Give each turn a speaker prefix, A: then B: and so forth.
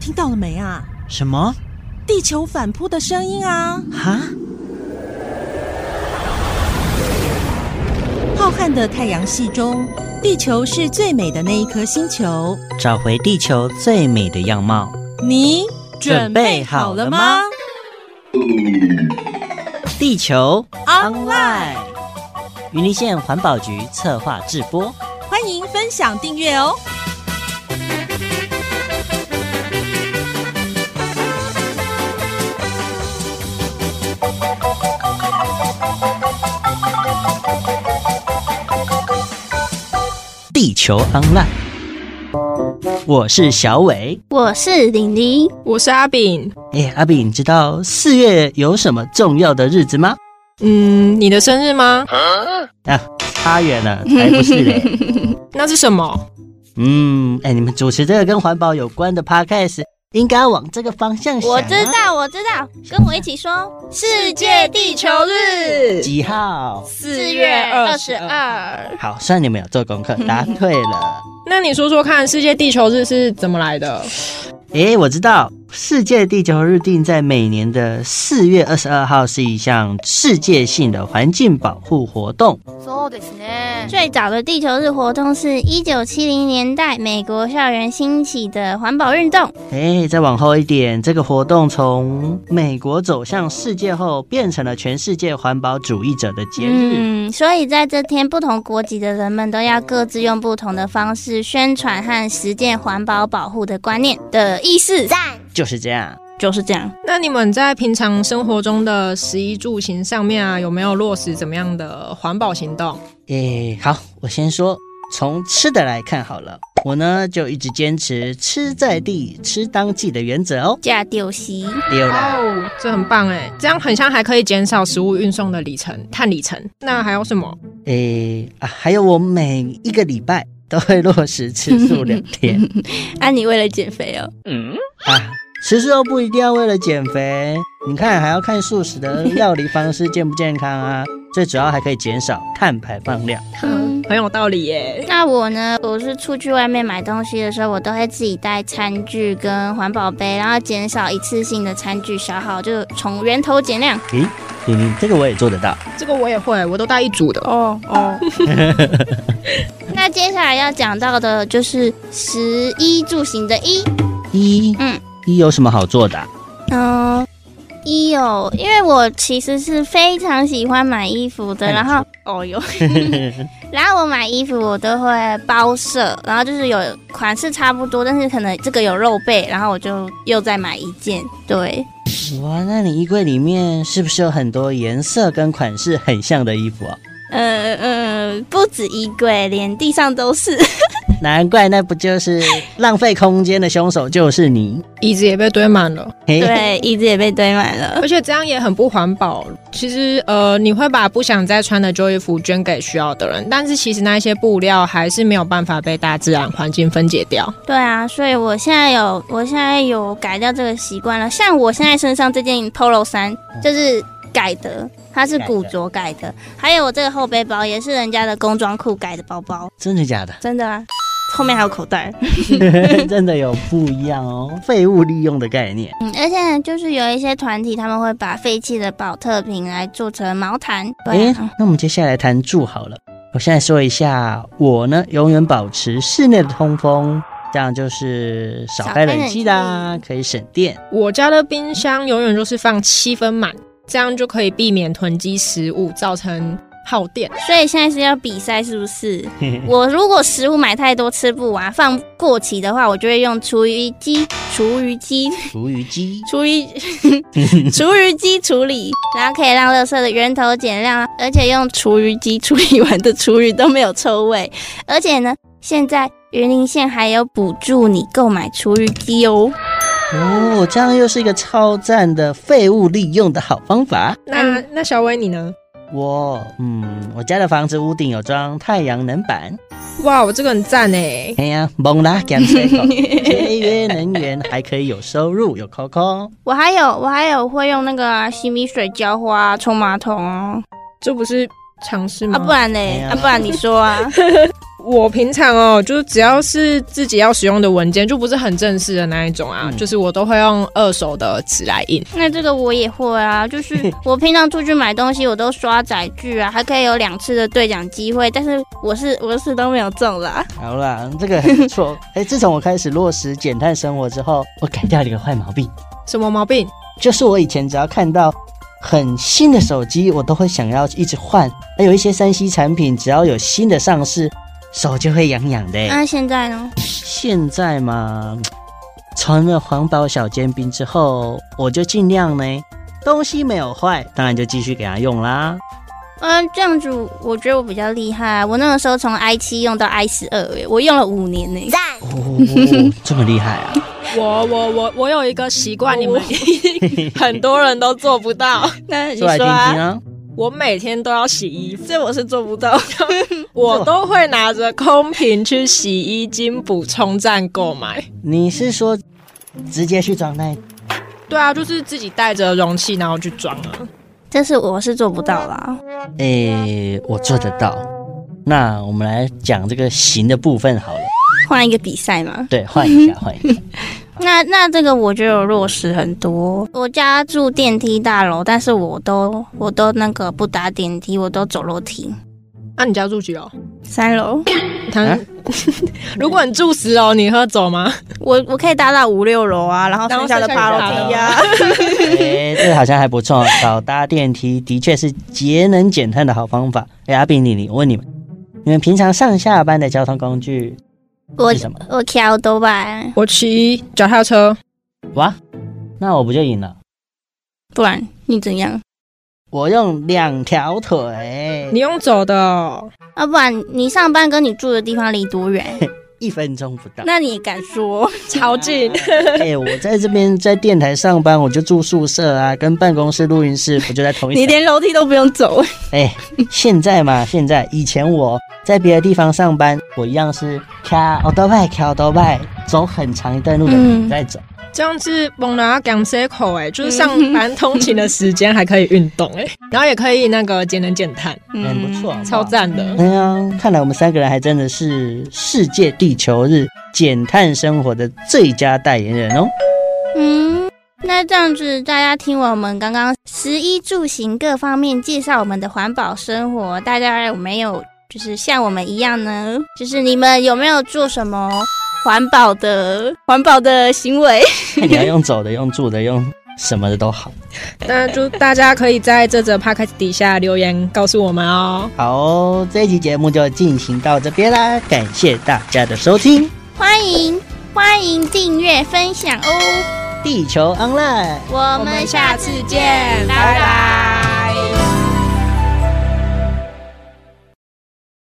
A: 听到了没啊？
B: 什么？
A: 地球反扑的声音啊！
B: 哈？
A: 浩瀚的太阳系中，地球是最美的那一颗星球。
B: 找回地球最美的样貌。
A: 你
B: 准备好了吗地球
A: Online
B: 云林县环保局策划制播。
A: 欢迎分享订阅哦！
B: 地球 Online，我是小伟。
C: 我是玲玲，
D: 我是阿炳。
B: 哎，阿比，你知道四月有什么重要的日子吗？
D: 嗯，你的生日吗？
B: 啊，差远了，才不是 嘞。
D: 那是什么？
B: 嗯，哎，你们主持这个跟环保有关的 podcast，应该往这个方向想、啊。
C: 我知。道，我知道，跟我一起说世界地球日，
B: 几号？
D: 四
C: 二。
B: 好，算你们有做功课，答对了。
D: 那你说说看，世界地球日是怎么来的？
B: 诶，我知道，世界地球日定在每年的四月二十二号，是一项世界性的环境保护活动。
E: そうですね。
C: 最早的地球日活动是一九七零年代美国校园兴起的环保运动。
B: 诶，再往后一点，这个活动从美国走向世界后，变成了全世界环保主义者的节日。
C: 嗯，所以在这天，不同国籍的人们都要各自用不同的方式宣传和实践环保保护的观念的意思，
E: 赞。
B: 就是这样。
C: 就是这样。
D: 那你们在平常生活中的食衣住行上面啊，有没有落实怎么样的环保行动？
B: 诶，好，我先说，从吃的来看好了，我呢就一直坚持吃在地、吃当季的原则哦。
C: 假丢席，
B: 六啦。
D: 哦，这很棒哎，这样很像还可以减少食物运送的里程、碳里程。那还有什么？
B: 诶、啊，还有我每一个礼拜都会落实吃素两天
C: 安妮啊为了减肥哦，
B: 啊。吃素又不一定要为了减肥，你看还要看素食的料理方式健不健康啊。 最主要还可以减少碳排放量。
C: 嗯
D: 很有道理耶。
C: 那我呢？我是出去外面买东西的时候，我都会自己带餐具跟环保杯，然后减少一次性的餐具消耗，就从源头减量。
B: 咦，玲玲，这个我也做得到。
D: 这个我也会，我都带一组的。
E: 哦哦，
C: 那接下来要讲到的就是食衣住行的衣，
B: 一，
C: 嗯，
B: 一有什么好做的啊、
C: 嗯、衣哦，因为我其实是非常喜欢买衣服的，
B: 哎
C: 然后哦哟，然后我买衣服我都会包色，然后就是有款式差不多，但是可能这个有肉背，然后我就又再买一件，对。
B: 哇，那你衣柜里面是不是有很多颜色跟款式很像的衣服啊？
C: 呃呃，不止衣柜，连地上都是。
B: 难怪那不就是浪费空间的凶手就是你。
D: 椅子也被堆满了。
B: 嘿
C: 对，椅子也被堆满 了。
D: 而且这样也很不环保。其实，呃，你会把不想再穿的旧衣服捐给需要的人，但是其实那一些布料还是没有办法被大自然环境分解掉。
C: 对啊，所以我现在有，我现在有改掉这个习惯了。像我现在身上这件 polo 衫，就是改的，它是古着嗯改的。还有我这个后背包，也是人家的工装裤改的包包，
B: 真的假的？
C: 真的啊。后面还有口袋，
B: 真的有不一样哦，废物利用的概念。
C: 嗯，而且就是有一些团体，他们会把废弃的保特瓶来做成毛毯。对、
B: 诶
C: 啊，
B: 那我们接下来谈住好了。我现在说一下，我呢永远保持室内的通风，这样就是少
C: 少
B: 开
C: 开
B: 冷
C: 冷
B: 气啦，可以省电。
D: 我家的冰箱永远就是放七分满，这样就可以避免囤积食物造成耗电。
C: 所以现在是要比赛，是 不是？我如果食物买太多吃不完，放过期的话，我就会用厨余机、厨余机、
B: 厨余机，
C: 厨余 厨余机处理，然后可以让垃圾的源头减量，而且用厨余机处理完的厨余都没有臭味。而且呢，现在云林县还有补助你购买厨余 机哦。
B: 哦，这样又是一个超赞的废物利用的好方法。
D: 那那小伟你呢？
B: 我，嗯，我家的房子屋顶有装太阳能板，
D: 哇，我这个很赞哎！
B: 哎呀，蒙啦，干脆 搞节约能源，还可以有收入，有 Coco。
C: 我还有，我还有会用那个啊洗米水浇花、冲马桶哦。
D: 这不是尝试吗？
C: 啊，不然
B: 哎
C: 嘞，
B: 呀
C: 啊，不然你说啊。
D: 我平常哦，就是只要是自己要使用的文件，就不是很正式的那一种啊，
B: 嗯
D: 就是我都会用二手的纸来印。
C: 那这个我也会啊，就是我平常出去买东西，我都刷载具啊，还可以有两次的兑奖机会，但是我是我是都没有中啦。
B: 好啦，这个很不 错。哎、自从我开始落实减碳生活之后，我改掉了一个坏毛病，
D: 什么毛病？
B: 就是我以前只要看到很新的手机，我都会想要一直换。还有一些三 C 产品，只要有新的上市，手就会痒痒的、
C: 那、现在呢？
B: 现在嘛，传了环保小尖兵之后，我就尽量呢，东西没有坏，当然就继续给它用啦。
C: 嗯、这样子我觉得我比较厉害、啊，我那个时候从 i 七用到 i 十二，欸我用了五年呢、
E: 赞，
B: 哦，这么厉害啊！
D: 我我我我有一个习惯，你们 很多人都做不 到。
C: 那 你
B: 说来听
C: 说、
B: 听
C: 啊，
B: 啊。
D: 我每天都要洗衣服，
C: 这我是做不到。
D: 我都会拿着空瓶去洗衣精补充站购买。
B: 你是说直接去装那？
D: 对啊，就是自己带着容器然后去装啊。
C: 这是我是做不到啦。
B: 诶、我做得到。那我们来讲这个行的部分好了。
C: 换一个比赛嘛。
B: 对，换 一下，换一下。
C: 那那这个我就有落实很多。我家住电梯大楼，但是我都我都那个不搭电梯，我都走楼梯。
D: 那、啊你家住几楼？
C: 三楼，
D: 他、
B: 啊
D: 如果你住十楼，你喝走吗？
C: 我我可以搭到五六楼啊，然后
D: 然后
C: 剩下的
D: 剩下
C: 爬
D: 就
C: 楼梯
D: 爬
C: 啊。
B: 诶、哎这个好像还不错。少搭电梯的确是节能减碳的好方法。诶、阿炳，你你，我问你们，你们平常上下班的交通工具
C: 我
B: 是什么？
C: 我桥都吧，
D: 我骑脚踏车，
B: 哇，那我不就赢了？
C: 不然你怎样？
B: 我用两条腿，
D: 你用走的哦、
C: 啊，不然你上班跟你住的地方离多远？
B: 一分钟不到。
C: 那你也敢说？
D: 超近。
B: 哎、我在这边在电台上班，我就住宿舍啊，跟办公室、录音室不就在同一条？
C: 你连楼梯都不用走？
B: 哎、现在嘛，现在以前我在别的地方上班，我一样是卡奥多拜，卡奥多拜，走很长一段路的
C: 嗯
B: 你在走。
D: 这样子猛拿港 C 口哎，就是上班通勤的时间还可以运动哎、然后也可以那个节能减碳，
C: 嗯
B: 很不错，
D: 超赞的。
B: 哎呀，看来我们三个人还真的是世界地球日减碳生活的最佳代言人哦。
C: 嗯，那这样子，大家听我们刚刚食衣住行各方面介绍我们的环保生活，大家有没有就是像我们一样呢？就是你们有没有做什么环保的环保的行为？
B: 看你要用走的，用住的，用什么的都好。
D: 那就大家可以在这则 p o d c a s 底下留言告诉我们哦。
B: 好哦，这一期节目就进行到这边啦，感谢大家的收听，《
C: 欢迎欢迎订阅分享哦！
B: 地球 online》。
C: 我
D: 我们
C: 们
D: 下
C: 下
D: 次
C: 次
D: 见
C: 见，
D: 拜
C: 拜